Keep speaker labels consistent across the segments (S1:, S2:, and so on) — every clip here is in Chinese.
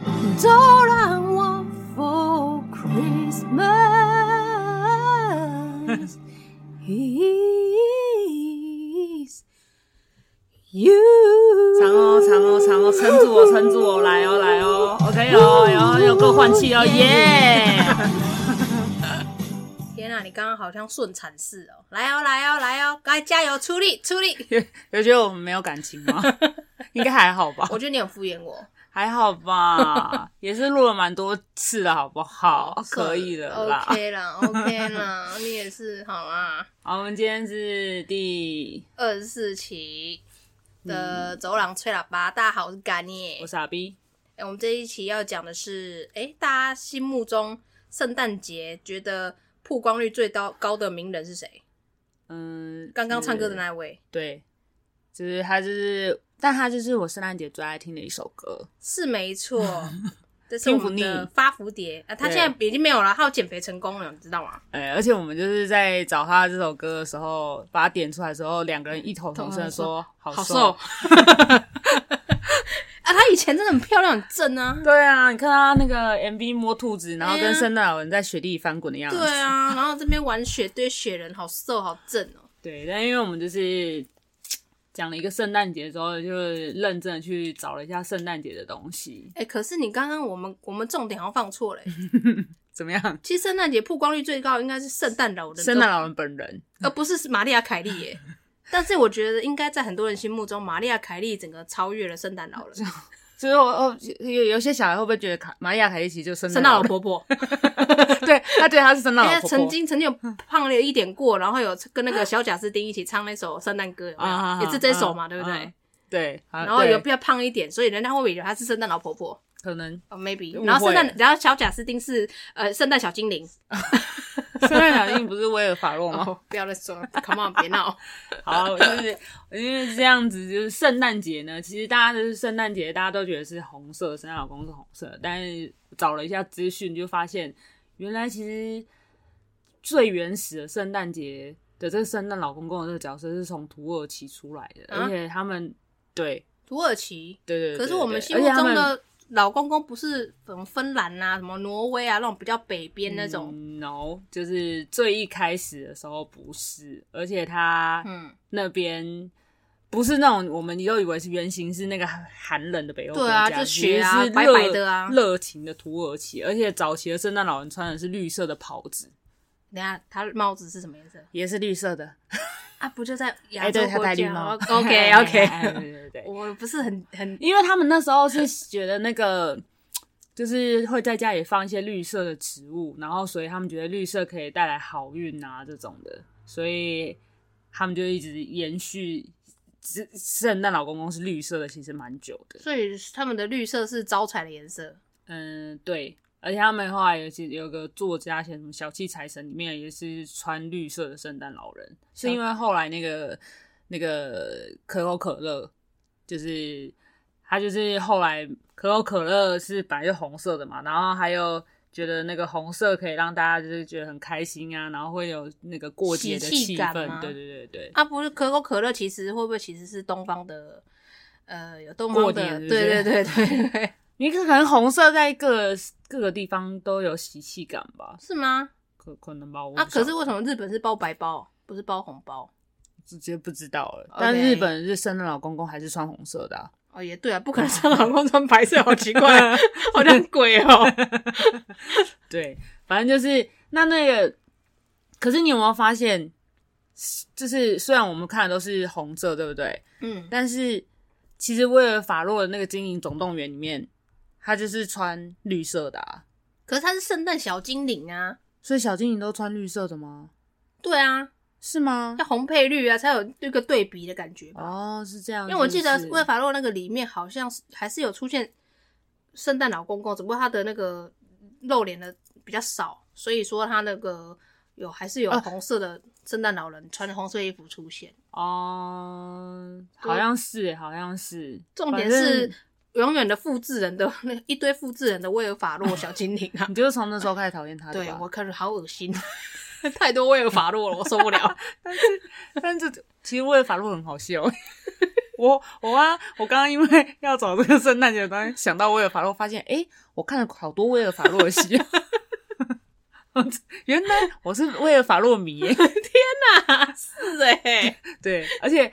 S1: and all I want for Christmas is you。
S2: 长哦，长哦，长哦，撑住哦，撑住哦，来哦，来哦，OK 哦，然后要够换气哦，耶！
S3: 天啊，你刚刚好像顺产似哦！来哦，来哦，来哦，该加油，出力，出力！
S2: 有觉得我们没有感情吗？ 应该还好 吧，
S3: 我觉得你很敷衍我，
S2: 还好吧，也是录了蛮多次了，好不好？可以了啦。
S3: ，OK 啦，OK 啦， 你也是好啦。
S2: 好，我们今天是第，
S3: 二十四期的走廊吹喇叭，大家好，我是干耶
S2: 嗯我。傻逼，
S3: 哎、我们这一期要讲的是，哎、大家心目中圣诞节觉得曝光率最高高的名人是谁？
S2: 嗯，
S3: 刚刚唱歌的
S2: 是
S3: 那一位
S2: 对，就是他就是，但他就是我圣诞节最爱听的一首歌。
S3: 是 没错，这是我
S2: 听
S3: 们
S2: 不
S3: 的
S2: 腻
S3: 发福蝶啊，他
S2: 对
S3: 现在已经没有了，他有减肥成功了，你知道吗？
S2: 哎、而且我们就是在找他这首歌的时候，把它点出来的时候，两个人异口同声的说：“好
S3: 好
S2: 瘦。
S3: 瘦啊，他以前真的很漂亮，很正啊。
S2: 对啊，你看他那个 MV 摸兔子，然后
S3: 哎
S2: 跟
S3: 呀
S2: 圣诞老人在雪地里翻滚的样子。
S3: 对啊，然后这边玩雪堆雪人，好瘦好正哦、
S2: 对，但因为我们就是讲了一个圣诞节之后，就是认真的去找了一下圣诞节的东西，
S3: 哎、可是你刚刚我们我们重点好像放错了、欸。
S2: 怎么样？
S3: 其实圣诞节曝光率最高应该是圣诞老人，
S2: 圣诞老人本人，
S3: 而不是玛利亚凯莉耶、 但是我觉得应该在很多人心目中，玛利亚凯莉整个超越了 圣诞老人，
S2: 就是我哦，有有些小孩会不会觉得卡玛利亚凯莉奇就是圣
S3: 圣
S2: 诞
S3: 诞老
S2: 人？
S3: 婆婆，
S2: 对，他对他是圣诞
S3: 因为
S2: 老
S3: 她
S2: 婆婆
S3: 曾经曾经有胖了一点过，然后有跟那个小贾斯汀一起唱那首圣诞歌，有没有
S2: 啊
S3: 也是这首嘛，
S2: 啊
S3: 对不对
S2: 啊？对，然
S3: 然后有比较胖一点，所以人家会不会以为她是圣诞老婆婆？
S2: 可能
S3: 哦，maybe
S2: 误。会
S3: 然后圣诞，然后小贾斯汀是呃圣诞小精灵。
S2: 圣诞老人不是威尔法洛吗？
S3: 哦，不要再说了，Come on，别闹。
S2: 好，就是因为这样子，就是圣诞节呢，其实大家就是圣诞节，大家都觉得是红色，圣诞老公是红色，但是找了一下资讯，就发现原来其实最原始的圣诞节的这个圣诞老公公的这个角色是从土耳其出来的，
S3: 啊
S2: 而且他们对
S3: 土耳其，
S2: 对对对，
S3: 可是
S2: 对
S3: 我们
S2: 对
S3: 心
S2: 而
S3: 目
S2: 且他
S3: 中
S2: 们
S3: 的老公公不是什么芬兰啊、什么挪威啊那种比较北边那种，
S2: 嗯 no，就是最一开始的时候不是，而且他
S3: 嗯，
S2: 那边不是那种我们都以为是原型，是那个寒冷的北欧
S3: 对啊
S2: 国家
S3: 就
S2: 其实
S3: 雪啊
S2: 是
S3: 白
S2: 热
S3: 白的啊
S2: 热情的土耳其，而且早期的圣诞老人穿的是绿色的袍子，
S3: 等一下他帽子是什么颜色
S2: 也是绿色的，
S3: 啊？不就在
S2: 哎，
S3: 亚洲
S2: 对，他
S3: 国
S2: 戴绿
S3: 家
S2: 帽
S3: 哦？OK OK，
S2: 哎对对对，
S3: 我不是很很
S2: 因为他们那时候是觉得那个。就是会在家里放一些绿色的植物，然后所以他们觉得绿色可以带来好运啊这种的，所以他们就一直延续，只圣诞老公公是绿色的，其实蛮久的。
S3: 所以他们的绿色是招财的颜色，
S2: 嗯，对，而且他们后来有些有个作家写什么《小气财神》，里面也是穿绿色的圣诞老人，是因为后来那个那个可口可乐，就是他就是后来可口可乐是本来就红色的嘛，然后还有。觉得那个红色可以让大家就是觉得很开心啊，然后会有那个过节的
S3: 喜气
S2: 气
S3: 感
S2: 氛
S3: 吗，
S2: 对对对对，
S3: 啊，不是可口可乐，其实会不会其实是东方的？呃，有东方
S2: 过年是不
S3: 的，
S2: 是
S3: 对对对对对，
S2: 你可能红色在各各个地方都有喜气感吧，
S3: 是吗？
S2: 可可能吧，我
S3: 啊，
S2: 不晓
S3: 可
S2: 得
S3: 是为什么日本是包白包，不是包红包？
S2: 直接不知道了
S3: OK。
S2: 但日本日圣诞老公公还是穿红色的、 啊，
S3: 哦，也对啊，不可能穿老公穿白色，好奇 怪，好像鬼哦。
S2: 对，反正就是那那个。可是你有没有发现，就是虽然我们看的都是红色，对不对？
S3: 嗯，
S2: 但是其实威尔法洛的那个《精灵总动员》里面，他就是穿绿色的、啊，
S3: 可是他是圣诞小精灵啊，
S2: 所以小精灵都穿绿色的吗？
S3: 对啊，
S2: 是吗
S3: 要？红配绿啊，才有那个对比的感觉吧。
S2: 哦，是这样。
S3: 因为我记得
S2: 是不
S3: 威
S2: 是
S3: 法洛那个里面好像是还是有出现圣诞老公公，只不过他的那个露脸的比较少，所以说他那个有还是有
S2: 啊
S3: 红色的圣诞老人穿红色衣服出现。
S2: 哦，好像是，好像是。
S3: 重
S2: 反
S3: 点
S2: 正
S3: 是永远的复制人的 那一堆复制人的威尔法洛小精灵啊
S2: 你，就是从那时候开始讨厌他的吧？
S3: 对我看着好恶心， 太多威尔法洛了，我受不了。
S2: 但这其实为了法洛很好笑， 我我啊，我刚刚因为 要找这个圣诞节的东西，想到威尔法洛，发现哎、诶我看了好多威尔法洛的戏， 原来我是威尔法洛迷耶。
S3: 是哎，
S2: 对，而且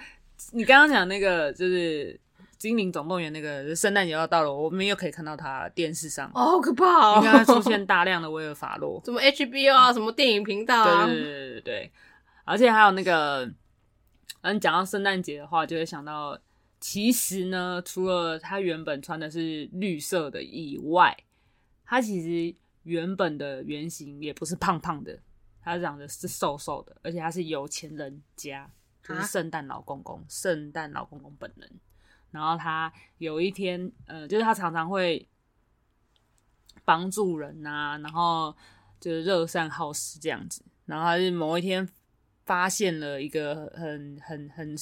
S2: 你刚刚讲那个就是《精灵总动员》那个圣诞节要到了，我们又可以看到他电视上
S3: 哦，好可怕
S2: 应该会
S3: 哦！
S2: 出现大量的威尔法洛。
S3: 什么 HBO 啊，什么电影频道啊
S2: 对，对对对对，而且还有那个，嗯，讲到圣诞节的话，就会想到，其实呢，除了他原本穿的是绿色的以外，他其实原本的原型也不是胖胖的，他长得是瘦瘦的，而且他是有钱人家，就是
S3: 啊
S2: 圣诞老公公，圣诞老公公本人。然后他有一天，呃，就是他常常会帮助人呐、然后就是乐善好施这样子。然后他是某一天发现了一个很很很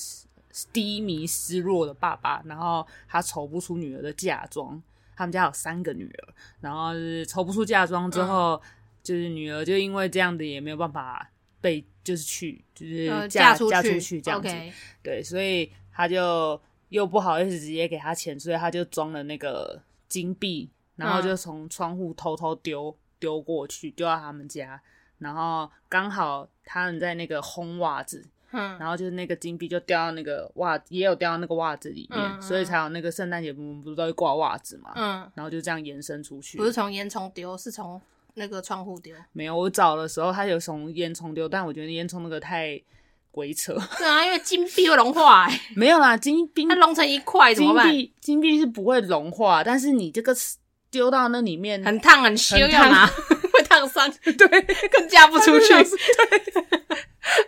S2: 低迷失落的爸爸，然后他筹不出女儿的嫁妆。他们家有三个女儿，然后就是筹不出嫁妆之后，
S3: 嗯
S2: 就是女儿就因为这样子也没有办法被就是去就是
S3: 呃
S2: 嫁、
S3: 出
S2: 嫁
S3: 去
S2: 这样子。
S3: OK，
S2: 对，所以他就又不好意思直接给他钱，所以他就装了那个金币，然
S3: 嗯
S2: 后就从窗户偷偷丢丢过去，丢到他们家，然后刚好他们在那个烘袜子，
S3: 嗯，
S2: 然后就是那个金币就掉到那个袜，也有掉到那个袜子里面，
S3: 嗯嗯
S2: 所以才有那个圣诞节我们不是都会挂袜子嘛，
S3: 嗯，
S2: 然后就这样延伸出去。
S3: 不是从烟囱丢，是从那个窗户丢。
S2: 没有，我找的时候他有从烟囱丢，但我觉得烟囱那个太鬼扯，
S3: 对啊，因为金币会融化、欸，
S2: 没有啦，金币
S3: 它融成一块哎怎
S2: 金
S3: 么办？
S2: 币金币是不会融化，但是你这个丢到那里面，
S3: 很烫，很羞，
S2: 很
S3: 要
S2: 烫
S3: 拿 会烫伤，
S2: 对，
S3: 更嫁不出去。
S2: 它就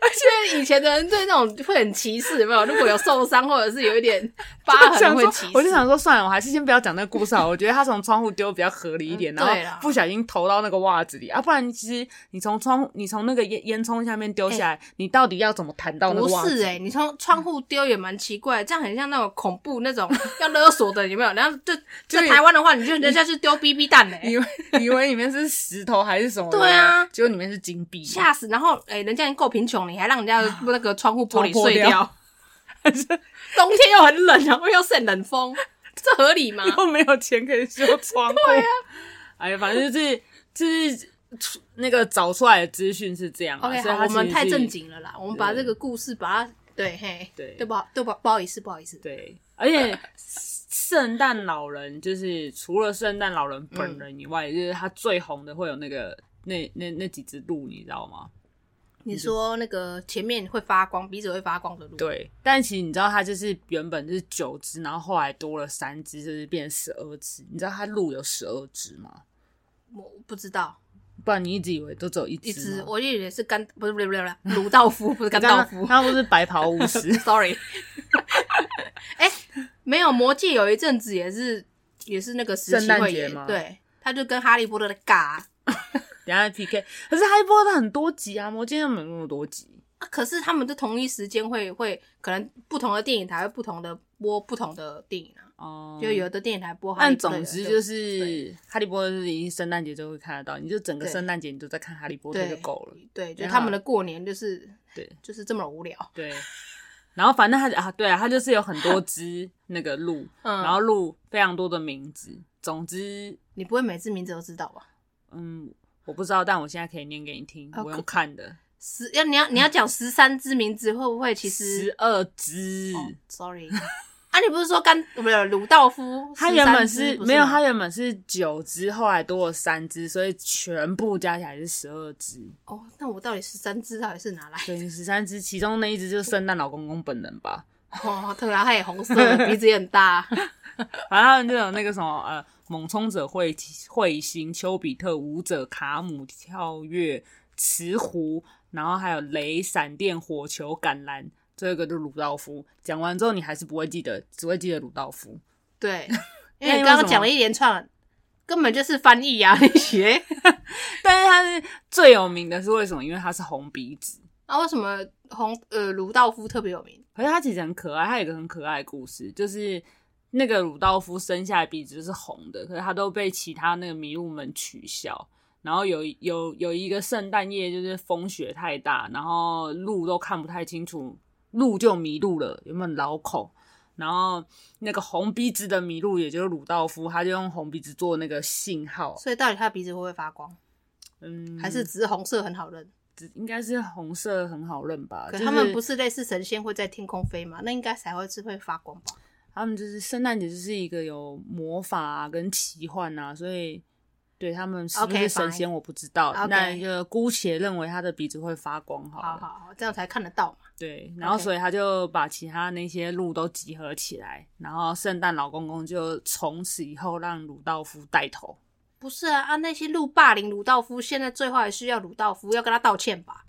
S3: 而且以前的人对那种会很歧视，有没有？如果有受伤或者是有一点疤
S2: 我
S3: 痕
S2: 想
S3: 会
S2: 说
S3: 歧视。，
S2: 我就想说，算了，我还是先不要讲那个故事好了。我 觉得他从窗户丢比较合理一点，
S3: 嗯
S2: 然后
S3: 对啦
S2: 不小心投到那个袜子里啊，不然其实你从窗，你从那个烟烟囱下面丢下来，你到底要怎么弹到那个
S3: 哎不
S2: 袜子？
S3: 是哎、你从窗户丢也蛮奇怪，这样很像那种恐怖 那种要勒索的，有没有？然后就在
S2: 对
S3: 台湾的话，你就人家是丢 BB 弹嘞、
S2: 以为以为里面是石头还是什么的？
S3: 对啊
S2: 结果里面是金币，
S3: 吓死！然后哎、人家已经够贫穷，你还让人家那个窗户玻璃
S2: 啊破
S3: 碎
S2: 掉，
S3: 冬天又很冷，然后又是冷风，这合理吗？
S2: 又没 有钱可以修窗户。对啊，哎呀，反正就是就是出那个找出来的资讯是这样啊、
S3: OK，
S2: 所以
S3: 好，
S2: 他
S3: 我
S2: 其
S3: 们
S2: 实
S3: 太
S2: 是
S3: 正。经了啦，我们把这个故事把它对嘿，
S2: 对
S3: 对不好，对不好不好意思，不好意思，
S2: 对，而且圣诞老人就是除了圣诞老人
S3: 嗯
S2: 本人以外，就是他最红的会有那个那那那几只鹿，你知道吗？
S3: 你说那个前面会发光，鼻子会发光的路，，
S2: 嗯对，但其实你知道它就是原本是九只，然后后来多了三只，就是变十二只。你知道它鹿有十二只吗？
S3: 我不知道
S2: 不然你一直以为都只有一只
S3: 一
S2: 吗。
S3: 只，我以为是甘，不是不是不是不是鲁道夫，不是甘
S2: 你知道
S3: 道
S2: 吗
S3: 夫
S2: 他不是白袍巫师，
S3: ，sorry，哎、没有，魔戒有一阵子也是也是那个时
S2: 圣
S3: 期
S2: 诞
S3: 会
S2: 节
S3: 演
S2: 吗
S3: 对，他就跟哈利波特的嘎。
S2: 等一下 PK。可是《哈利波特》很多集啊，《魔戒》又没有那么多集。
S3: 啊可是他们的同一时间会会，可能不同的电影台会不同的播不同的电影啊，
S2: 哦
S3: 就有的电影台播哈利
S2: 但
S3: 波特有
S2: 总
S3: 的。
S2: 之就是，哈利波特是已经圣诞节就会看得到，你就整个
S3: 对
S2: 圣诞节你都在看哈利波特
S3: 对
S2: 就够了。
S3: 对，就
S2: 然
S3: 他
S2: 后
S3: 们的过年就是
S2: 对
S3: 就是这么无聊。
S2: 对，然后反正他啊，对啊，他就是有很多只那个鹿，
S3: 嗯
S2: 然后鹿非常多的名字。总之，
S3: 你不会每次名字都知道吧？
S2: 嗯，我不知道，但我现在可以念给你听，我
S3: 哦可
S2: 用看的，
S3: 十要你要你要讲十三只名字会不会其实
S2: 十二只。
S3: 哦？Sorry，啊，你不是说甘不是鲁道夫？
S2: 他原本
S3: 13只
S2: 是
S3: 不
S2: 没有，
S3: 吗
S2: 他原本是九只，后来多了三只，所以全部加起来是十二只。
S3: 哦，那我到底十三只到底是哪来？
S2: 对，十三只，其中那一只就是圣诞老公公本人吧。
S3: 哦，对啊，他也红色的，鼻子也很大。
S2: 反正他们就有那个什么呃，猛冲者彗彗星、丘比特、舞者卡姆、跳跃、磁弧，然后还有雷、闪电、火球、橄榄，这个就是鲁道夫。讲完之后，你还是不会记得，只会记得鲁道夫。
S3: 对，
S2: 那
S3: 因为
S2: 你
S3: 你
S2: 为
S3: 刚
S2: 什
S3: 刚
S2: 么
S3: 讲了一连串，根本就是翻译啊，你 学
S2: 但是他是最有名的是为什么？因为他是红鼻子，
S3: 啊？为什么红呃鲁道夫特别有名？
S2: 可是他其实很可爱，他有一个很可爱的故事，就是那个鲁道夫生下来鼻子是红的，可是他都被其他那个麋鹿们取笑。然后有有有一个圣诞夜，就是风雪太大，然后路都看不太清楚，路就迷路了，有没有老口？然后那个红鼻子的麋鹿，也就是鲁道夫，他就用红鼻子做那个信号，
S3: 所以到底他的鼻子会不会发光，
S2: 嗯，
S3: 还是只是红色很好认？
S2: 应该是红色很好认吧？
S3: 可他们不
S2: 啊是，
S3: 是类似神仙会在天空飞吗？那应该才会是会发光吧？
S2: 他们就是圣诞节就是一个有魔法、啊、跟奇幻啊，所以对他们是不
S3: OK，
S2: 是神仙
S3: fine
S2: 我不知道
S3: OK
S2: 那就姑且认为他的鼻子会发光好了。
S3: 好好好，这样才看得到嘛。
S2: 对，然后
S3: OK
S2: 所以他就把其他那些鹿都集合起来，然后圣诞老公公就从此以后让鲁道夫带头。
S3: 不是啊，啊那些路霸凌鲁道夫，现在最后还是要鲁道夫要跟他道歉吧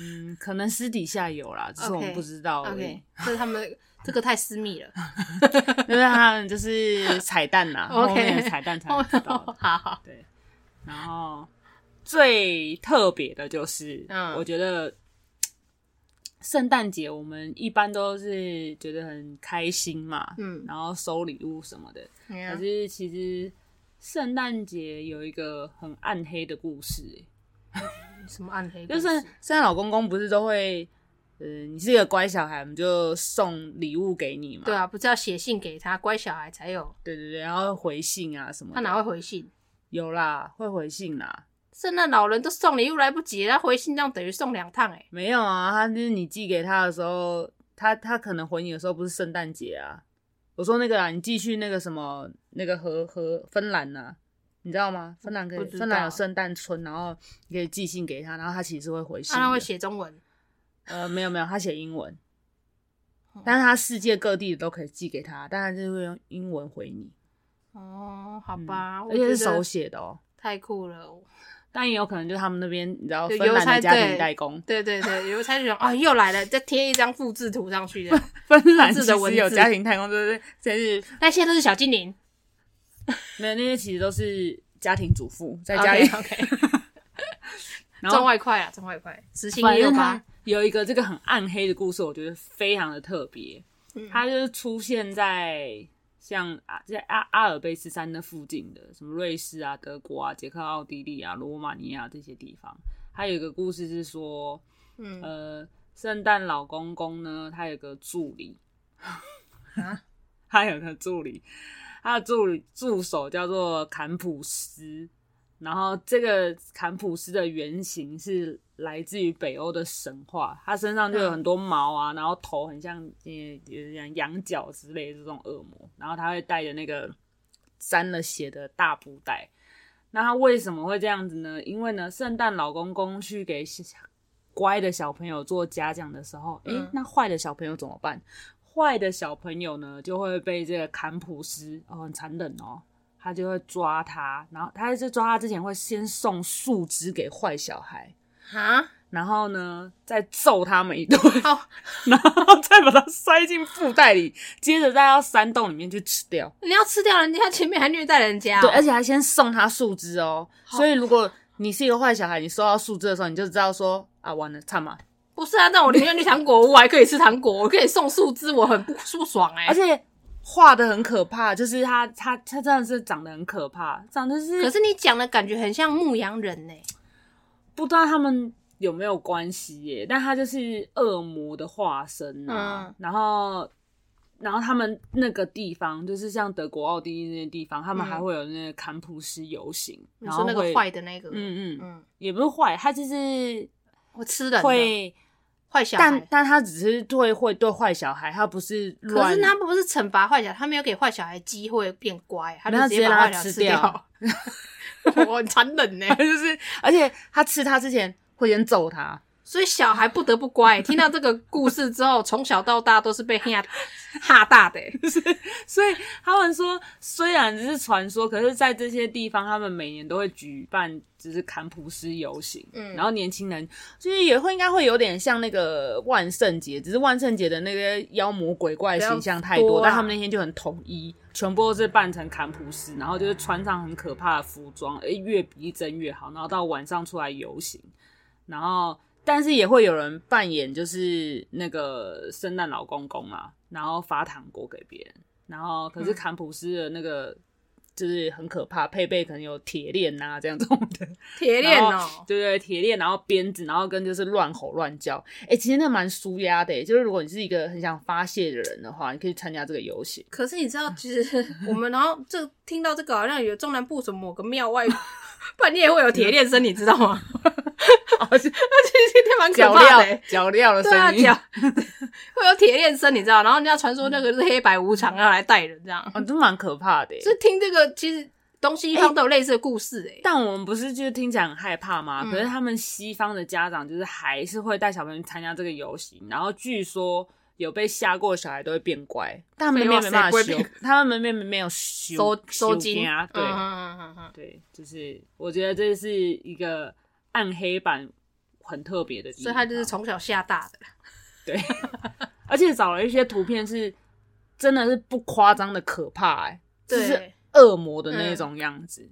S2: 嗯，可能私底下有啦，只是我们
S3: OK，
S2: 不知道而已。
S3: ？OK，这是他们这个太私密了。
S2: 因为他们就是彩蛋 啦
S3: OK
S2: 后面的彩蛋才能哎知道的。
S3: 好好，
S2: 对，然后最特别的就是，
S3: 嗯
S2: 我觉得圣诞节我们一般都是觉得很开心嘛，
S3: 嗯，
S2: 然后收礼物什么的。
S3: 对啊
S2: 可是其实圣诞节有一个很暗黑的故事、欸
S3: 嗯什么暗黑故
S2: 就
S3: 事？
S2: 是圣诞老公公不是都会，呃，你是一个乖小孩，我们就送礼物给你嘛。
S3: 对啊，不是要写信给他，乖小孩才有，
S2: 对对对，然后回信啊什么的。
S3: 他哪会回信？
S2: 有啦，会回信啦。
S3: 圣诞老人都送礼物来不及了，他回信这样等于送两趟哎、
S2: 没有啊，他就是你寄给他的时候，他他可能回你的时候不是圣诞节啊。我说那个啊，你寄去那个什么那个和和芬兰呐、啊，你知道吗？芬兰可
S3: 不
S2: 以，
S3: 知道
S2: 芬兰有圣诞村，然后你可以寄信给他，然后他其实会回信
S3: 啊，
S2: 的。
S3: 他会写中文，
S2: 呃，没有没有，他写英文，但是他世界各地都可以寄给他，但他就会用英文回你，
S3: 哦，好吧，
S2: 而
S3: 我
S2: 且是
S3: 觉得
S2: 手写的哦。
S3: 太酷了。我
S2: 但也有可能就是他们那边你知道
S3: 有
S2: 芬兰
S3: 邮差
S2: 的家庭
S3: 对
S2: 代工，
S3: 对对对，邮差就想 啊，又来了，再贴一张复制图上去 的，
S2: 芬兰
S3: 自
S2: 其实
S3: 己的文
S2: 有
S3: 字
S2: 家庭代工，就是真是
S3: 那些都是小精灵。
S2: 没有，那些其实都是家庭主妇在家里
S3: OK，
S2: 然
S3: 赚
S2: 后
S3: 外快啊，赚外快，时 薪
S2: 反
S3: 也有
S2: 正
S3: 吧
S2: 他？有一个这个很暗黑的故事，我觉得非常的特别。
S3: 嗯
S2: 它就是出现在像啊在阿阿尔卑斯山那附近的什么瑞士啊、德国啊、捷克、奥地利啊、罗马尼亚这些地方。它有一个故事是说，
S3: 嗯，
S2: 呃，圣诞老公公呢，他有个助理，
S3: 啊，
S2: 他有个助理，他的助理助手叫做坎普斯，然后这个坎普斯的原型是来自于北欧的神话，他身上就有很多毛啊，然后头很像呃有点像羊角之类的这种恶魔，然后他会带着那个沾了血的大布袋。那他为什么会这样子呢？因为呢，圣诞老公公去给小乖的小朋友做嘉奖的时候，诶、
S3: 嗯
S2: 那坏的小朋友怎么办？坏的小朋友呢，就会被这个坎普斯哦，很残忍哦，他就会抓他，然后他在抓他之前会先送树枝给坏小孩，
S3: 啊，
S2: 然后呢再揍他们一顿，
S3: 好，
S2: 然后再把它塞进布袋里，接着再到山洞里面去吃掉。
S3: 你要吃掉人家，前面还虐待人家哦，
S2: 对，而且还先送他树枝哦，所以如果你是一个坏小孩，你收到树枝的时候，你就知道说啊，完了，惨嘛。
S3: 不是啊，但我宁愿去糖果屋，我还可以吃糖果，我可以送树枝，我很不不爽哎、
S2: 而且画的很可怕，就是他他他真的是长得很可怕，长得是
S3: 可是你讲的感觉很像牧羊人欸呢、
S2: 不知道他们有没有关系耶，但他就是恶魔的化身啊。
S3: 嗯
S2: 然后，然后他们那个地方，就是像德国、奥地利那些地方，他们
S3: 嗯
S2: 还会有那个坎普斯游行，
S3: 你
S2: 然后
S3: 说那个
S2: 会
S3: 坏，的那个，嗯
S2: 嗯嗯，
S3: 嗯，
S2: 也不是坏，他就是
S3: 我吃人的
S2: 会，
S3: 坏小
S2: 但
S3: 孩。
S2: 但他只是对会对坏小孩，他不是
S3: 可
S2: 乱
S3: 是他不是惩罚坏小孩，他没有给坏小孩机会变乖，啊他
S2: 没有
S3: 就
S2: 直接
S3: 把
S2: 让
S3: 坏
S2: 他
S3: 小孩
S2: 吃
S3: 吃掉。 我很残忍 呢、欸
S2: 就是，而且他吃他之前会先揍他，
S3: 所以小孩不得不乖。听到这个故事之后，从小到大都是被吓吓大的、欸
S2: 所以他们说，虽然只是传说，可是在这些地方，他们每年都会举办就是坎普斯游行，
S3: 嗯
S2: 然后年轻人就是也会应该会有点像那个万圣节，只是万圣节的那个妖魔鬼怪形象太多，
S3: 比较多啊
S2: 但他们那天就很统一，全部都是扮成坎普斯，然后就是穿上很可怕的服装，诶，越逼真越好，然后到晚上出来游行，然后但是也会有人扮演就是那个圣诞老公公啊，然后发糖果给别人，然后可是
S3: 嗯
S2: 坎普斯的那个就是很可怕，配备可能有铁链呐这样这种的，
S3: 铁链
S2: 然
S3: 哦
S2: 后，对对，铁链，然后鞭子，然后跟就是乱吼乱叫。哎、其实那蛮舒压的、就是如果你是一个很想发泄的人的话，你可以参加这个游戏。
S3: 可是你知道，其实 我们然后这听到这个，好像有中南部什么某个庙外半夜会有铁链声，你知道吗？
S2: 哦，是
S3: 那其实也蛮可
S2: 脚
S3: 怕的、
S2: 镣
S3: 欸。
S2: 脚镣的
S3: 对啊，
S2: 声音。
S3: 脚会有铁链声，你知道？然后人家传说那个是黑白无常要来带人，这样。
S2: 哦，都蛮可怕的、
S3: 就听这个，其实东西
S2: 哎
S3: 方都有类似的故事、欸，哎、
S2: 但我们不是就是听起来很害怕吗？
S3: 嗯
S2: 可是他们西方的家长就是还是会带小朋友去参加这个游行，然后据说有被吓过的小孩都会变乖，但他们那边没办法
S3: 废
S2: 修
S3: 话谁不会变，
S2: 他们那边没有修
S3: 收收金
S2: 啊，对、
S3: 嗯嗯嗯嗯嗯，
S2: 对，就是我觉得这是一个暗黑版很特别的地方，啊
S3: 所以他就是从小吓大的啦。
S2: 对， 而且找了一些图片是真的是不夸张的可怕、欸，就是
S3: 对，
S2: 恶魔的那种样子。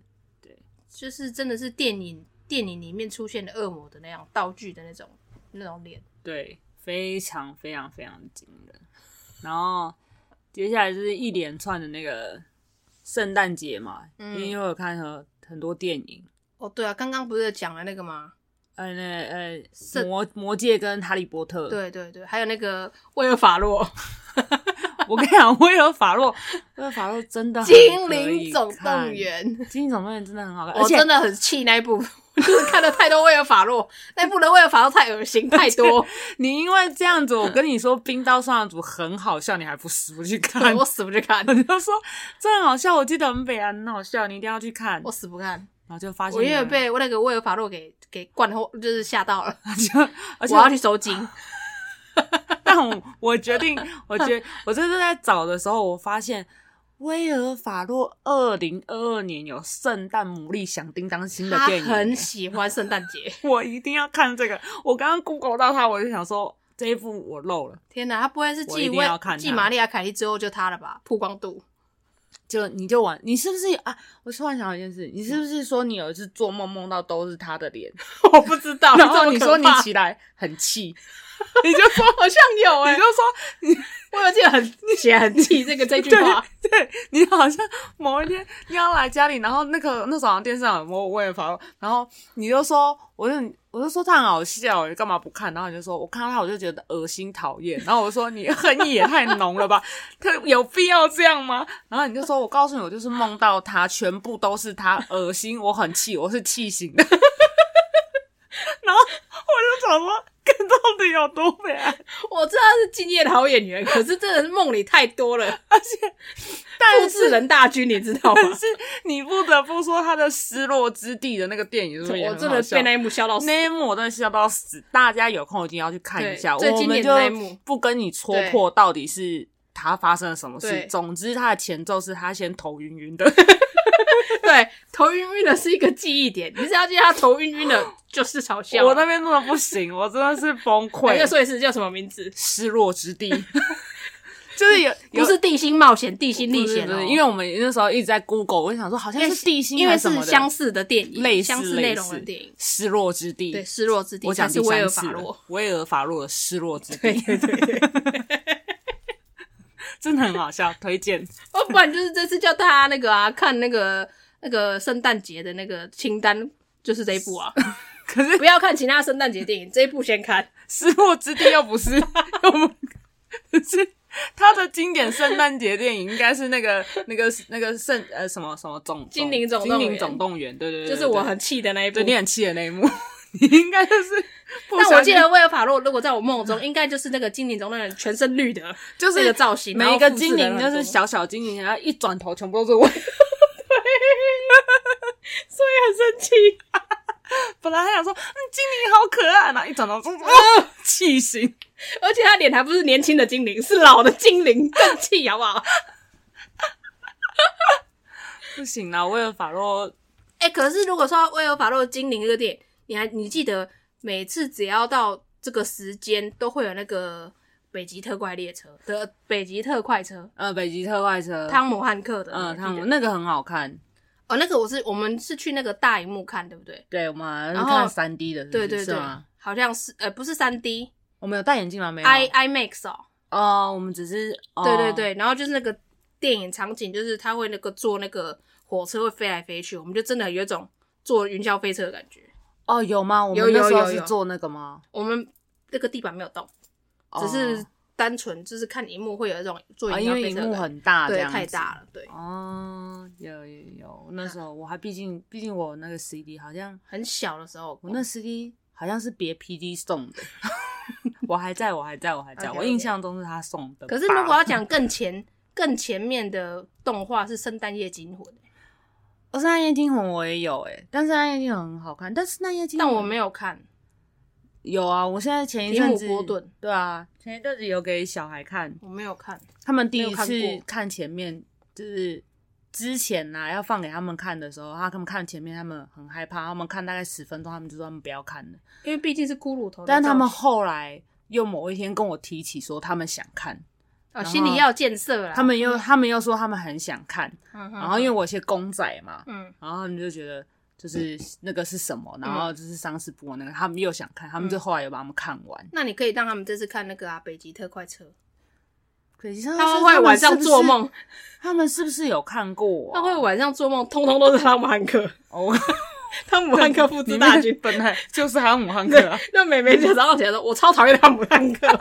S3: 就是真的是电影电影里面出现的恶魔的那样道具的那种那种脸。
S2: 对，非常非常非常惊人。然后接下来就是一连串的那个圣诞节嘛，
S3: 嗯
S2: 因为我有看很很多电影，
S3: 哦，对啊，刚刚不是讲了那个吗？
S2: 呃那呃
S3: 圣
S2: 魔魔戒跟哈利波特，，
S3: 对对对，还有那个威尔法洛
S2: 我跟你讲，威尔法洛，威尔法洛真的
S3: 《
S2: 很
S3: 精
S2: 可以
S3: 灵总动
S2: 看
S3: 员》，
S2: 精灵总动员真的很好看，而
S3: 我
S2: 且
S3: 真的很气那一部， 就是看了太多威尔法洛，那部的威尔法洛太 恶心太多，
S2: 你因为这样子，我跟你说，《冰刀双人组》很好笑，你还不死不去看？
S3: 我死不去看
S2: 我，就说这很好笑，我记得很北安，很好笑，你一定要去看。
S3: 我
S2: 然
S3: 死不看，
S2: 后就发现
S3: 我因为
S2: 原来
S3: 被那个威尔法洛给给灌后，就是吓到了，
S2: 就而且啊
S3: 我要去收金。
S2: 但我我决定，我决我这次在找的时候，我发现《威尔法洛》二零二二年有《圣诞牡蛎响叮当》新的
S3: 他
S2: 电影，欸
S3: 很喜欢圣诞节，
S2: 我一定要看这个。我刚刚 Google 到它，我就想说这一部我漏了，
S3: 天哪，他不会是
S2: 我一
S3: 继
S2: 定
S3: 威
S2: 要看他
S3: 继玛利亚凯莉之后就他了吧？曝光度，
S2: 就你就玩，你是不是啊？我突然想到一件事，你是不是说你有一次做梦梦到都是他的脸，
S3: 我不知 道
S2: 然后你说
S3: 说
S2: 你
S3: 你
S2: 起来很气， 你就 说。
S3: 好像有哎、
S2: 你就说
S3: 我有记得很写很气这个这句话，
S2: 对，对你好像某一天你要来家里，然后那个那时候好像电视上有播《我也法洛》，然后你就说，我就我就说他很好笑，你干嘛不看？然后你就说我看到他我就觉得恶心讨厌，然后我就说你恨意也太浓了 吧，他有必要这样吗？然后你就说我告诉你，我就是梦到他，全部都是他，恶心，我很气，我是气醒 的。然后我就想说，跟到底有多悲哀？
S3: 我知道他是敬业的好演员，可是真的是梦里太多了，
S2: 而且，
S3: 复
S2: 但
S3: 制
S2: 是
S3: 人大军，你知道吗？
S2: 但是 你不得不说，他的《失落之地》的那个电影是不是也
S3: 我
S2: 很
S3: 真
S2: 好
S3: 的
S2: 笑
S3: 被那？一幕笑到死。
S2: 那一幕我真的笑到死，大家有空一定要去看一下。
S3: 对
S2: 我
S3: 最经
S2: 们
S3: 典
S2: 就
S3: 的那一幕
S2: 不跟你戳破到底是他发生了什么事
S3: 对。
S2: 总之，他的前奏是他先头晕晕的，
S3: 对，头晕晕的是一个记忆点，你只要记得他头晕晕的，就是嘲 笑。啊
S2: 我那边真的不行，我真的是崩
S3: 还
S2: 溃
S3: 再。说一次叫什么名字？
S2: 失落之 地，就是有
S3: 不
S2: 有
S3: 是地心冒险，地心历
S2: 不是
S3: 险
S2: 不
S3: 哦。
S2: 是因为我们那时候一直在 Google，我就想说好像
S3: 因为
S2: 是地心
S3: 因
S2: 还
S3: 为
S2: 是什
S3: 是
S2: 么的
S3: 相似的电影，
S2: 类似
S3: 相似
S2: 类
S3: 内容的
S2: 似
S3: 电影。
S2: 失落之地，
S3: 对，失落之地，
S2: 我讲
S3: 但
S2: 第
S3: 是威
S2: 三
S3: 尔
S2: 次
S3: 法
S2: 了
S3: 洛。，
S2: 威尔法洛的失落之
S3: 对
S2: 地，
S3: 对对对，
S2: 真的很好笑，推荐。
S3: 我哦不然就是这次叫大家那个啊，看那个那个圣诞节的那个清单，就是这一部啊。
S2: 可是
S3: 不要看其他圣诞节电影，这一部先 看。
S2: 失落之地又不是 我们，可是他的经典圣诞节电影应该是那个 那个那个圣呃什么什么总
S3: 精灵总动
S2: 精
S3: 员
S2: 灵总动员，对对对，
S3: 就是
S2: 对
S3: 我
S2: 对
S3: 很气的那一部
S2: 对。你很气的那一幕， 你应该就是不
S3: 但
S2: 小
S3: 我
S2: 心。
S3: 记得威尔法洛，如果在我梦中，应该就是那个精灵中那人全身绿的，
S2: 就是
S3: 那个造型，
S2: 每一个
S3: 然后复制
S2: 精
S3: 的
S2: 灵就
S3: 那
S2: 是
S3: 种
S2: 小小精灵，然后一转头全部都是我。
S3: 所以很生气。
S2: 本来还想说，嗯，精灵好可爱，啊然后一转头说，哦，气醒。
S3: 而且他脸还不是年轻的精灵，是老的精灵， 更气好不好？
S2: 不行啦，威尔法洛
S3: 哎、可是如果说威尔法洛的精灵这个电影，你还你记得每次只要到这个时间，都会有那个北极特快列车的北极特快车，
S2: 呃，北极特快车，
S3: 呃汤姆汉克的，
S2: 嗯，
S3: 你还
S2: 汤
S3: 记
S2: 姆
S3: 得
S2: 那个很好看，
S3: 哦，那个我是我们是去那个大荧幕看，对不对？
S2: 对，我们好像是
S3: 然后
S2: 看三 D 的是不
S3: 对
S2: 是，
S3: 对
S2: 是
S3: 对
S2: 吗？，
S3: 好像是呃不是三 D
S2: 我们有戴眼镜吗？没有。
S3: i IMAX 哦，
S2: 哦，我们只是哦
S3: 对对对，然后就是那个电影场景，就是他会那个做那个火车会飞来飞去，我们就真的有一种坐云霄飞车的感觉。
S2: 哦，有吗？我
S3: 有
S2: 们那
S3: 有
S2: 时候
S3: 有
S2: 是
S3: 有
S2: 做那个吗？
S3: 我们那个地板没有动，只是单纯就是看荧幕会有一种坐
S2: 哦啊，
S3: 云霄
S2: 因为
S3: 飞
S2: 荧
S3: 车的
S2: 幕
S3: 感觉
S2: 很大，
S3: 对
S2: 这样
S3: 太
S2: 子
S3: 大了，对，
S2: 哦，有有有，那时候我还毕竟毕竟我那个 CD 好像
S3: 很小的时候
S2: 我那 CD 好像是别 PD 送的， 我还在我还在我还在
S3: OK，OK
S2: 我印象中是他送的吧。
S3: 可是如果要讲更前更前面的动画是《圣诞夜惊
S2: 嗯
S3: 魂》，
S2: 哦《三夜惊魂》我也有哎、但是《三夜惊魂》很好看，但是《三夜惊魂
S3: 但》我没有看。
S2: 有啊，我现在前一阵子
S3: 提姆波顿
S2: 对啊，前一阵子有给小孩看，
S3: 我没有看，
S2: 他们第
S3: 没
S2: 一
S3: 有看
S2: 次
S3: 过
S2: 看前面就是。之前呐、要放给他们看的时候，他他们看前面，他们很害怕，他们看大概十分钟，他们就说他们不要看了。
S3: 因为毕竟是骷髅头的造型，
S2: 但他们后来又某一天跟我提起说他们想看，
S3: 哦
S2: 然后
S3: 心里要有建设啦。
S2: 他们又他们又说他们很想看，
S3: 嗯，
S2: 然后因为我有些公仔嘛，
S3: 嗯
S2: 然后他们就觉得就是那个是什么，然后就是丧尸不那个，他们又想看，他们就后来又把他们看完。
S3: 那你可以让他们这次看那个啊，北极特快车，
S2: 可惜他
S3: 他们会晚上做梦，，
S2: 他们是不是有看过、啊
S3: 他会晚上做梦，通通都是汤姆汉克，
S2: 哦，
S3: 汤姆汉克复制大军。
S2: 本来就是汤姆汉克、啊，
S3: 那美美就早上起来说：“我超讨厌汤姆汉 克。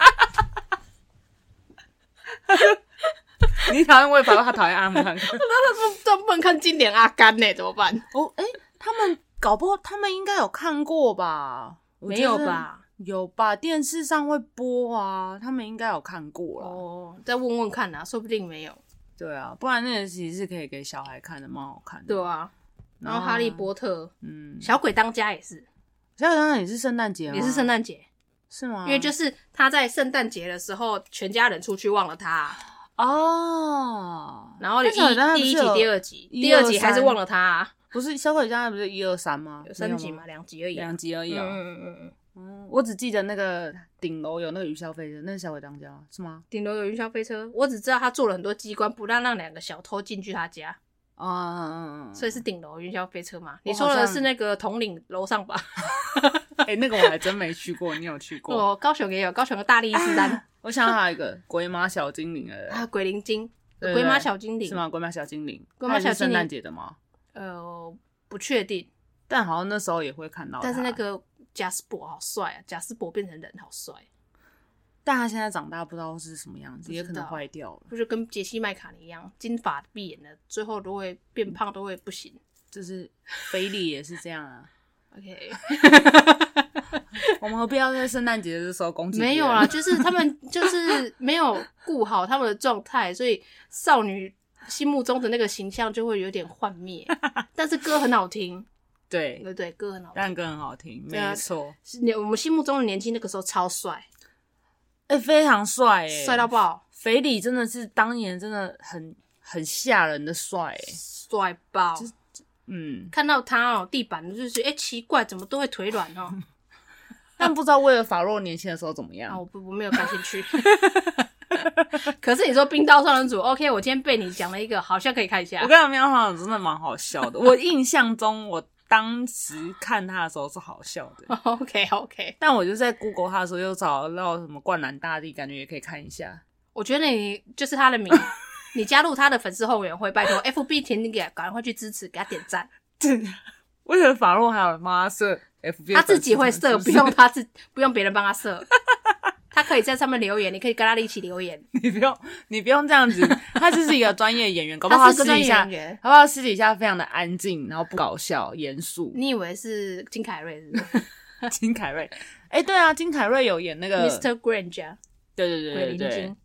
S2: 你讨厌我也讨厌，他讨厌阿姆汉克。”
S3: 这不能看经典阿甘呢、怎么办？
S2: 哦，哎、他们搞不好他们应该有看过吧？我觉
S3: 没有
S2: 得
S3: 吧？
S2: 有吧，电视上会播啊，他们应该有看过了。
S3: 哦，再问问看啊，说不定没有。
S2: 对啊，不然那个其实是可以给小孩看的，蛮好看的。
S3: 对啊，然后《哈利波特》
S2: 嗯，
S3: 小鬼当家》也是，
S2: 小小当然也是圣诞节吗？
S3: 也是圣诞节，
S2: 是吗？
S3: 因为就是是他在圣诞节的时候，全家人出去忘了他，
S2: 哦，
S3: 然后
S2: 那
S3: 第
S2: 小鬼当家
S3: 一第一
S2: 不
S3: 集、
S2: 是有
S3: 第二集，
S2: 一
S3: 第二集
S2: 二三
S3: 还是忘了他啊，
S2: 不是小鬼当家不是一二三吗？
S3: 有三集
S2: 没有
S3: 嘛，
S2: 吗？
S3: 两集而已啊。
S2: 两集而
S3: 嗯
S2: 已哦。
S3: 嗯嗯嗯，
S2: 嗯我只记得那个顶楼有那个鱼消费者，那是小鬼当家是吗？
S3: 顶楼有云霄飞车，我只知道他做了很多机关，不让让两个小偷进去他家，
S2: 啊嗯嗯嗯嗯，
S3: 所以是顶楼云霄飞车嘛。
S2: 我
S3: 你
S2: 好
S3: 说
S2: 像
S3: 的是那个统领楼 上吧？
S2: 哎，那个我还真没去过，你有去过？
S3: 哦，高雄也有，高雄的大力 士丹
S2: 我想到还有一个鬼马小精灵哎，
S3: 啊，鬼灵精，
S2: 对
S3: 鬼马小精灵
S2: 是？吗？鬼马小精灵，
S3: 鬼马
S2: 它
S3: 小精灵
S2: 也是圣诞节的吗？
S3: 呃，不确定，
S2: 但好像那时候也会看到它，
S3: 但是那个贾斯伯好帅啊，贾斯伯变成人好帅，
S2: 但他现在长大不知道是什么样
S3: 不
S2: 子，
S3: 知道
S2: 也可能坏掉了，
S3: 不就跟杰西麦卡尼一样，金发碧眼的，最后都会变胖，都会不行。
S2: 就是菲利也是这样啊。
S3: OK，
S2: 我们何必要在圣诞节的时候攻击？
S3: 没有
S2: 啊
S3: 啦，，就是他们就是没有顾好他们的状态，所以少女心目中的那个形象就会有点幻 灭。但是歌很好听，对
S2: 对，
S3: 不对，歌很好听。
S2: 但歌很好听，
S3: 对啊
S2: 没错，
S3: 是你我们心目中的年轻那个时候超帅，
S2: 哎，非常帅，哎，
S3: 帅到爆，
S2: 菲利真的是当年真的很很吓人的帅，哎
S3: 帅爆！
S2: 嗯，
S3: 看到他哦，地板就是哎、诶奇怪，怎么都会腿软 哦？
S2: 但不知道为了法洛年轻的时候怎么
S3: 啊，我
S2: 样，
S3: 不我没有感兴趣。 可是你说冰刀双人组，OK，我今天被你讲了一个，好像可以看一下
S2: 我。跟他们讲，真的蛮好笑的。我印象中，我当时看他的时候是好笑的，
S3: OK OK，
S2: 但我就在 Google 他的时候，又找到什么《灌篮大帝》，感觉也可以看一下。
S3: 我觉得你就是他的名，你加入他的粉丝后援 会，拜托 FB 填你给他，赶快去支持，给他点赞。
S2: 为什么法洛还有帮他设 FB？
S3: 他自己会
S2: 设，
S3: 设，不用他自不用别人帮他设，他可以在上面留言，你可以跟他一起留言。
S2: 你不用，你不用这样子。他就是一个专业 演员，搞不好
S3: 是
S2: 私
S3: 个专
S2: 底
S3: 业
S2: 下，
S3: 演员
S2: 搞不好私底下非常的安静，然后不搞笑、严 肃。
S3: 你以为是金凯瑞是不是
S2: 金凯瑞，哎、对啊，金凯瑞有演那个，
S3: ？Mr. Granger
S2: 对对对
S3: 鬼
S2: 对
S3: 灵
S2: 对
S3: 精，，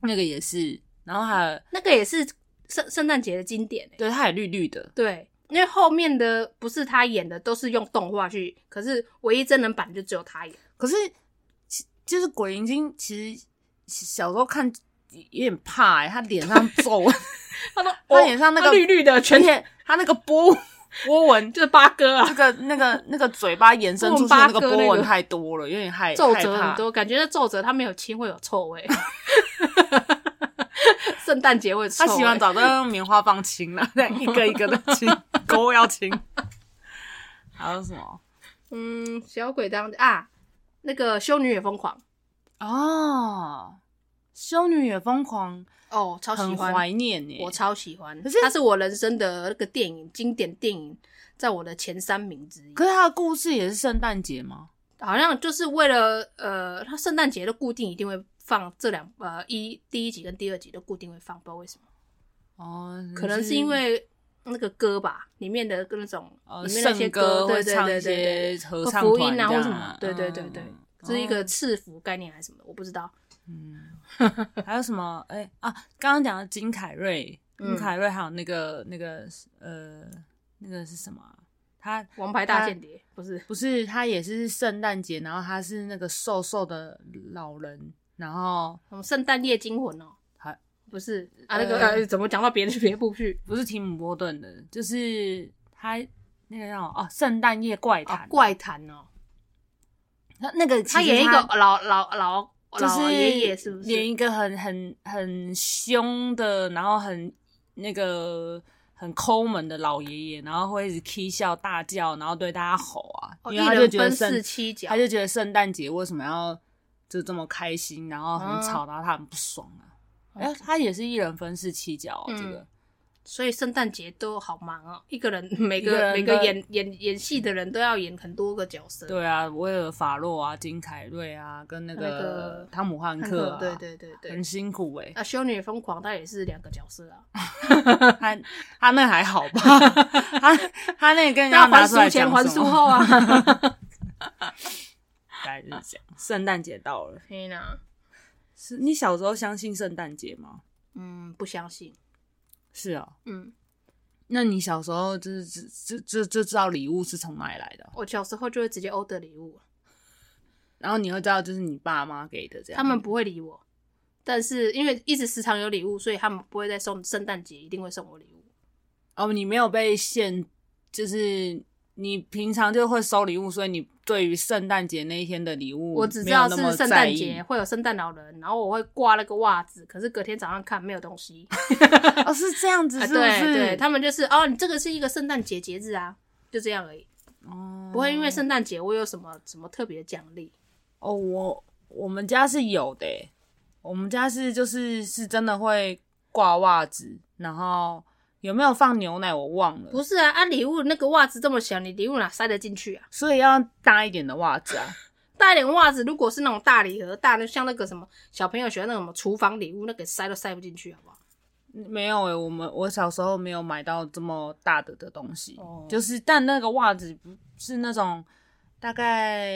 S2: 那个也是。然后还有，
S3: 那个也是圣圣诞节的经典、欸。
S2: 对，他也绿绿的，
S3: 对，因为后面的不是他演的，都是用动画去，可是唯一真人版就只有他演。
S2: 可是其就是鬼灵精，其实小时候看有点怕、欸，他脸上皱纹。
S3: 他都
S2: 他脸上那个
S3: 绿绿的，
S2: 而
S3: 全
S2: 且他那个 波波纹，
S3: 就是八
S2: 这
S3: 哥啊，
S2: 个那个那个嘴巴延伸出去的那个波纹太多了，有点害
S3: 皱
S2: 害
S3: 褶
S2: 怕
S3: 很。多，感觉那皱褶他没有亲会有臭味。 圣诞节会臭
S2: 他
S3: 味，
S2: 洗完澡都要用棉花棒清 了，这样一个一个的清， 勾要清。还有什么？
S3: 嗯，小鬼当啊，那个修女也疯狂，
S2: 哦，修女也疯狂，
S3: 哦，超喜
S2: 很
S3: 欢，
S2: 怀念欸耶。
S3: 我超喜欢。
S2: 可是
S3: 它是我人生的那个电影经典电影，在我的前三名之一。
S2: 可是他的故事也是圣诞节吗？
S3: 好像就是为了呃，它圣诞节都固定一定会放这两呃一第一集跟第二集都固定会放，不知道为什么，
S2: 哦，
S3: 可能是因为那个歌吧，里面的那种
S2: 呃
S3: 里面那些
S2: 圣歌
S3: 对
S2: 会
S3: 对
S2: 唱
S3: 对
S2: 一
S3: 对对，
S2: 些合
S3: 或
S2: 唱
S3: 福
S2: 团
S3: 音
S2: 这
S3: 啊或
S2: 样嗯哦
S3: 什么，对对对对，是一个赐福概念还是什么的，我不知道。
S2: 嗯 还有什么？哎、啊，刚刚讲的金凯瑞，
S3: 嗯
S2: 金凯瑞还有那个那个呃，那个是什么啊、他
S3: 王牌大间谍不是
S2: 不是他也是圣诞节，然后他是那个瘦瘦的老人，然后
S3: 什么圣诞夜惊魂哦，
S2: 还
S3: 不是啊那个
S2: 呃
S3: 呃怎么讲到别的别的部 剧
S2: 不是提姆波顿的，就是他那个叫什么哦，圣诞夜怪
S3: 啊
S2: 谈、
S3: 怪谈哦，
S2: 他那个
S3: 他
S2: 其实
S3: 演一个老老老
S2: 就
S3: 老
S2: 是
S3: 爷爷是不是？
S2: 演一个很很很凶的，然后很那个很抠门的老爷爷，然后会一直 k 笑大叫，然后对大家吼啊，
S3: 哦
S2: 因为
S3: 一
S2: 他
S3: 人
S2: 就觉得
S3: 分四
S2: 圣，
S3: 七角
S2: 他就觉得圣诞节为什么要就这么开心，然后
S3: 嗯
S2: 很吵，然后他很不爽啊。哎、他也是一人分饰七角、
S3: 哦
S2: 啊
S3: 嗯
S2: 这个
S3: 所以圣诞节都好忙哦，一个人
S2: 一
S3: 每
S2: 个
S3: 个
S2: 人
S3: 每个
S2: 的
S3: 演演演戏的人都要演很多个角色。
S2: 对啊，威尔法洛啊，金凯瑞啊，跟那
S3: 那个
S2: 个汤姆汉
S3: 汉
S2: 克
S3: 克，
S2: 啊，
S3: 对对对对
S2: 很。辛苦哎、
S3: 啊，修女疯狂，她也是两个角色啊，
S2: 他他那还好吧？ 他他那个跟人家
S3: 那还
S2: 拿出来讲
S3: 书前还
S2: 什
S3: 书
S2: 么
S3: 后啊。
S2: 大概就是这样。圣诞节到了，
S3: 天哪，
S2: 是你小时候相信圣诞节吗？
S3: 嗯，不相信，
S2: 是啊、
S3: 嗯，
S2: 那你小时候就是就就就知道礼物是从哪里来的哦，
S3: 我小时候就会直接 order 礼物，
S2: 然后你会知道就是你爸妈给的这样。
S3: 他们不会理我，但是因为一直时常有礼物，所以他们不会再送圣诞节一定会送我礼物。
S2: 哦，你没有被限，就是你平常就会收礼物，所以你对于圣诞节那一天的礼物，
S3: 我只知道是圣诞节。会有圣诞老人，然后我会挂那个袜子，可是隔天早上看没有 东西。
S2: 哦，是这样子，
S3: 啊，
S2: 是不是？
S3: 对对，他们就是哦，你这个是一个圣诞节节日啊，就这样而已，
S2: 哦
S3: 不会因为圣诞节我有什么什么特别的奖励。
S2: 哦，我我们家是有的欸，我们家是就是是真的会挂袜子，然后有没有放牛奶我忘了，
S3: 不是啊，按礼物那个袜子这么小，你礼物哪塞得进去啊？
S2: 所以要大一点的袜子啊。
S3: 带点袜子，如果是那种大礼盒，大的像那个什么小朋友喜欢那种什么厨房礼物，那个塞都塞不进去，好不好？
S2: 嗯没有诶、我们我小时候没有买到这么大的的东西，
S3: 哦
S2: 就是但那个袜子不是那种大概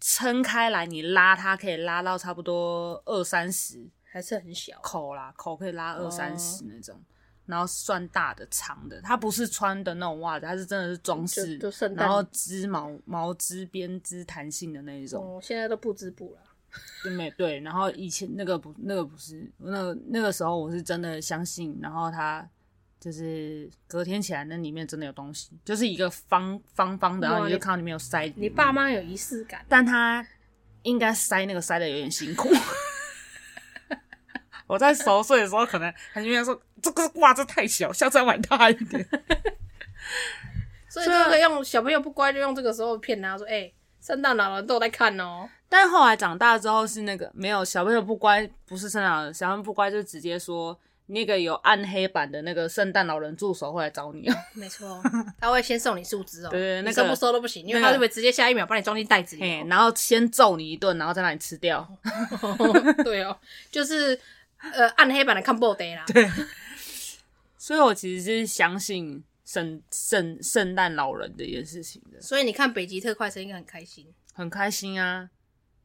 S2: 撑开来，你拉它可以拉到差不多二三十
S3: 还是很小，
S2: 口啦，口可以拉
S3: 哦
S2: 二三十那种，然后算大的长的，它不是穿的那种袜子，它是真的是装饰
S3: 就就圣，诞
S2: 然后织毛毛织编织弹性的那一种，
S3: 哦，现在都不织布了。
S2: 对没对？然后以前那个不那个不是那个那个时候我是真的相信，然后它。就是隔天起来，那里面真的有东西，就是一个方方方的，然后
S3: 哇
S2: 你就
S3: 你
S2: 看到里面有塞。
S3: 你爸，妈有仪式感，
S2: 但他应该塞那个塞的有点辛苦。 我在熟睡的时候，可能很就会说这个哇，这太小，下次要买大一点。
S3: 所以这个用小朋友不乖就用这个时候骗他说，哎、圣诞老人都有在看哦。
S2: 但后来长大之后是那个没有小朋友不乖，不是圣诞老人，小朋友不乖就直接说那个有暗黑版的那个圣诞老人助手会来找你 哦。
S3: 没错， 他会先送你树枝哦，
S2: 对对
S3: 你
S2: 那
S3: 收
S2: 个
S3: 不收都不行，因为
S2: 那
S3: 他
S2: 个
S3: 就会直接下一秒把你装进袋子里
S2: 嘿
S3: 哦、，
S2: 然后先揍你一顿，然后再把你吃掉。
S3: 对哦，就是呃暗黑版的 combo day 啦，
S2: 所以我其实是相信圣圣圣诞老人这件事情的。
S3: 所以你看北极特快车应该很开心。
S2: 很开心啊，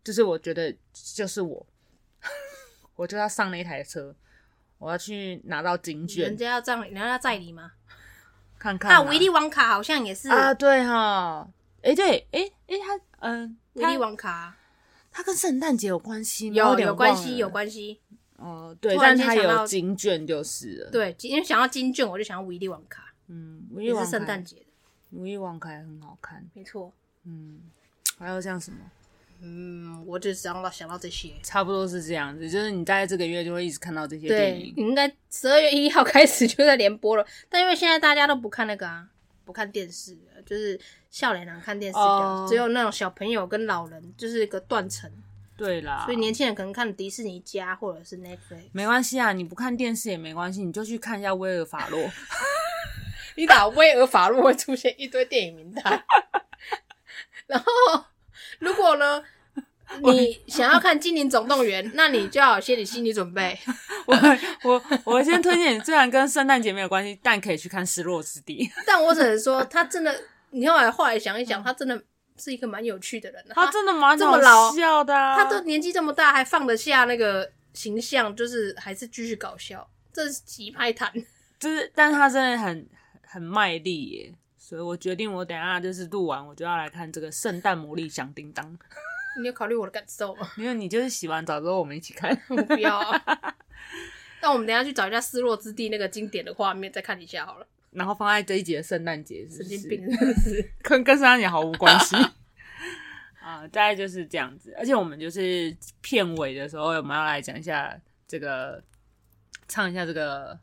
S2: 就是我觉得就是我， 我就要上那台车，我要去拿到警
S3: 人
S2: 卷
S3: 家要这样，人家要载你吗？
S2: 看看、
S3: 那
S2: 啊。
S3: 维利旺卡好像也是，
S2: 啊，对哈，诶，对，诶，诶，他嗯，
S3: 维利旺卡啊
S2: 他跟圣诞节有关系吗？我
S3: 有
S2: 点
S3: 有关
S2: 忘
S3: 系，
S2: 了
S3: 有关系。
S2: 哦，对，
S3: 突然
S2: 但
S3: 间
S2: 他
S3: 想
S2: 有
S3: 到
S2: 警卷就是了。，
S3: 对，因为想要金券，我就想要维利旺卡，
S2: 嗯，无意
S3: 也
S2: 网
S3: 是圣诞，节的，
S2: 无意网开很好看。
S3: 没错。
S2: 嗯，还有像什么，
S3: 嗯，我就想到想到这些。
S2: 差不多是这样子，就是你在这个月就会一直看到这些电
S3: 对，
S2: 影。
S3: 你应该十二月一号 开始就在联播了，但因为现在大家都不看那个啊，不看电视了，就是笑脸郎看电视比较
S2: 哦
S3: 只有那种小朋友跟老人，就是一个断层。
S2: 对啦，
S3: 所以年轻人可能看迪士尼加或者是 Netflix。
S2: 没关系啊，你不看电视也没关系，你就去看一下威尔法 洛。
S3: 你打威尔法洛会 出现一堆电影名单。 然后，如果呢，你想要看《精灵总 动员》，那你就要有心理心理准备。
S2: 我我我先推荐你，虽然跟圣诞节没有关系，但可以去看《失落之地》。
S3: 但我只能说，他真的，你后来后来想一想，他真的是一个蛮有趣的人。
S2: 嗯他真的蛮
S3: 这么老
S2: 好笑的、啊，
S3: 他都年纪这么大，还放得下那个形象，就是还是继续搞笑，这是急 拍谈。
S2: 就是，但他真的很很卖力耶。所以我决定，我等一下就是录完，我就要来看这个《圣诞魔力响叮当》，
S3: 你有考虑我的感受 吗？
S2: 因为你就是洗完澡之后我们一起 看。
S3: 我不要、啊。那我们等一下去找一下《失落之地》那个经典的画面，再看一下好了。
S2: 然后放在这一集的圣诞节，是
S3: 神
S2: 不
S3: 经
S2: 是
S3: 病啊是不是？
S2: 跟跟圣诞节毫无关 系。 啊，大概就是这样子。而且我们就是片尾的时候，我们要来讲一下这个，唱一下这个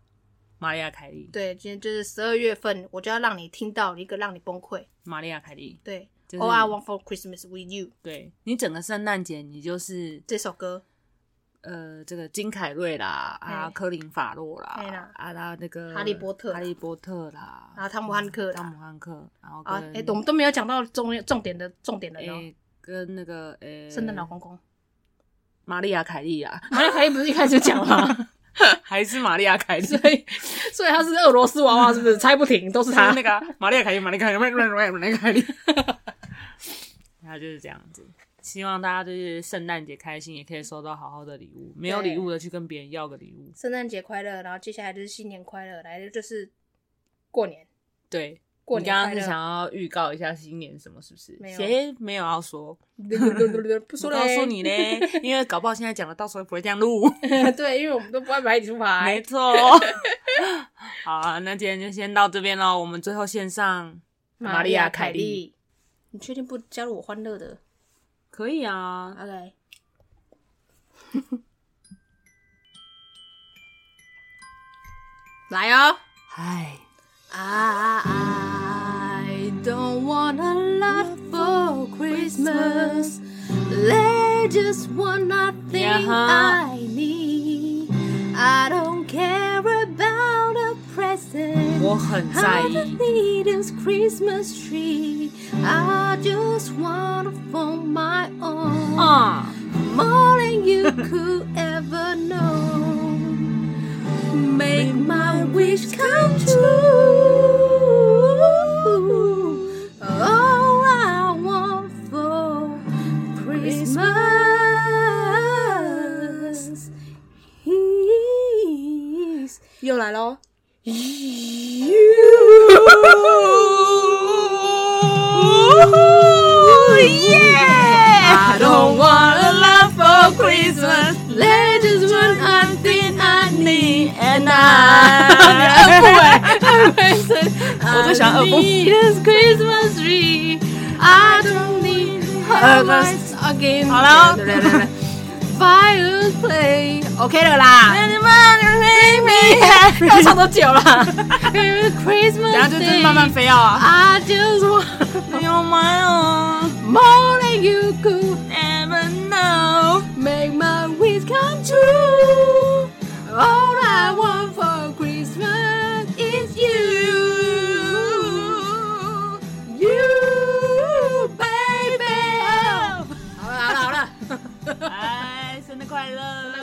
S2: 玛利亚凯莉，
S3: 对，今天就是十二月份，我就要让你听到一个让你崩溃。
S2: 玛利亚凯莉，
S3: 对、
S2: 就是
S3: a l l I Want for Christmas with You
S2: 对你整个圣诞节，你就是
S3: 这首歌，
S2: 呃，这个金凯瑞啦，啊，
S3: 哎
S2: 科林法洛
S3: 哎
S2: 啦
S3: 啦，
S2: 啊，啦那个
S3: 哈利波特啦
S2: 哈利波特啦，嗯
S3: 然后汤姆汉克啦
S2: 汤姆汉克，然后
S3: 啊，
S2: 跟
S3: 哎、我们都没有讲到重重点的重点的哦，
S2: 哎跟那个呃，
S3: 圣诞老公公，
S2: 玛利亚凯莉啊，
S3: 玛丽凯莉不是一开始讲吗？
S2: 还是玛利亚凯莉，
S3: 所以，所以他是俄罗斯娃娃，是不是？猜不停，都是 他。
S2: 那个啊玛利亚凯莉，玛利亚凯莉，玛利亚凯莉， 他就是这样子。希望大家就是圣诞节开心，也可以收到好好的礼物。没有
S3: 对
S2: 礼物的去跟别人要个礼物。
S3: 圣诞节快乐，然后接下来就是新年快乐，来的就是过年。
S2: 对，
S3: 过
S2: 你
S3: 年
S2: 刚刚
S3: 快
S2: 是想
S3: 乐，
S2: 要预告一下新年什么，是不是？
S3: 没有
S2: 谁没有要说？
S3: 不说
S2: 我
S3: 了，
S2: 告诉你嘞， 因为搞不好现在讲了，到时候不会这样录。
S3: 对，因为我们都不爱买底出
S2: 没
S3: 牌。
S2: 错。 好啊，那今天就先到这边喽。我们最后线上玛利亚凯莉，，
S3: 你确定不加入我欢乐的
S2: 可以啊。
S3: ？OK，来哦。
S2: 唉，
S3: I don't want a lot for Christmas. They just want nothing
S2: Yeah.
S3: I need. I don't care about a present.
S2: 我很在
S3: I
S2: 意
S3: don't。need a Christmas tree. I just want it for my own.
S2: 啊、
S3: More than you could ever know. Make my wish come true. All I want for Christmas is 又来喽
S2: I don't want a lot for Christmas.
S3: That is what I think I need, and
S2: I-
S3: 我
S2: 最喜欢恶补
S3: This Christmas tree, I don't need heavens again.
S2: 好了哦
S3: 对对对对 Fireplay, OK 了
S2: 啊
S3: 啦。 要唱多久啦？Christmas
S2: 等下就是慢慢
S3: Day,
S2: 飞啊。
S3: I just want
S2: You're my own.
S3: more than you could
S2: Never know.
S3: make my wish come true. All I want for Christmas is you, you, baby. 好了好了好了。
S2: 哎，生日快乐！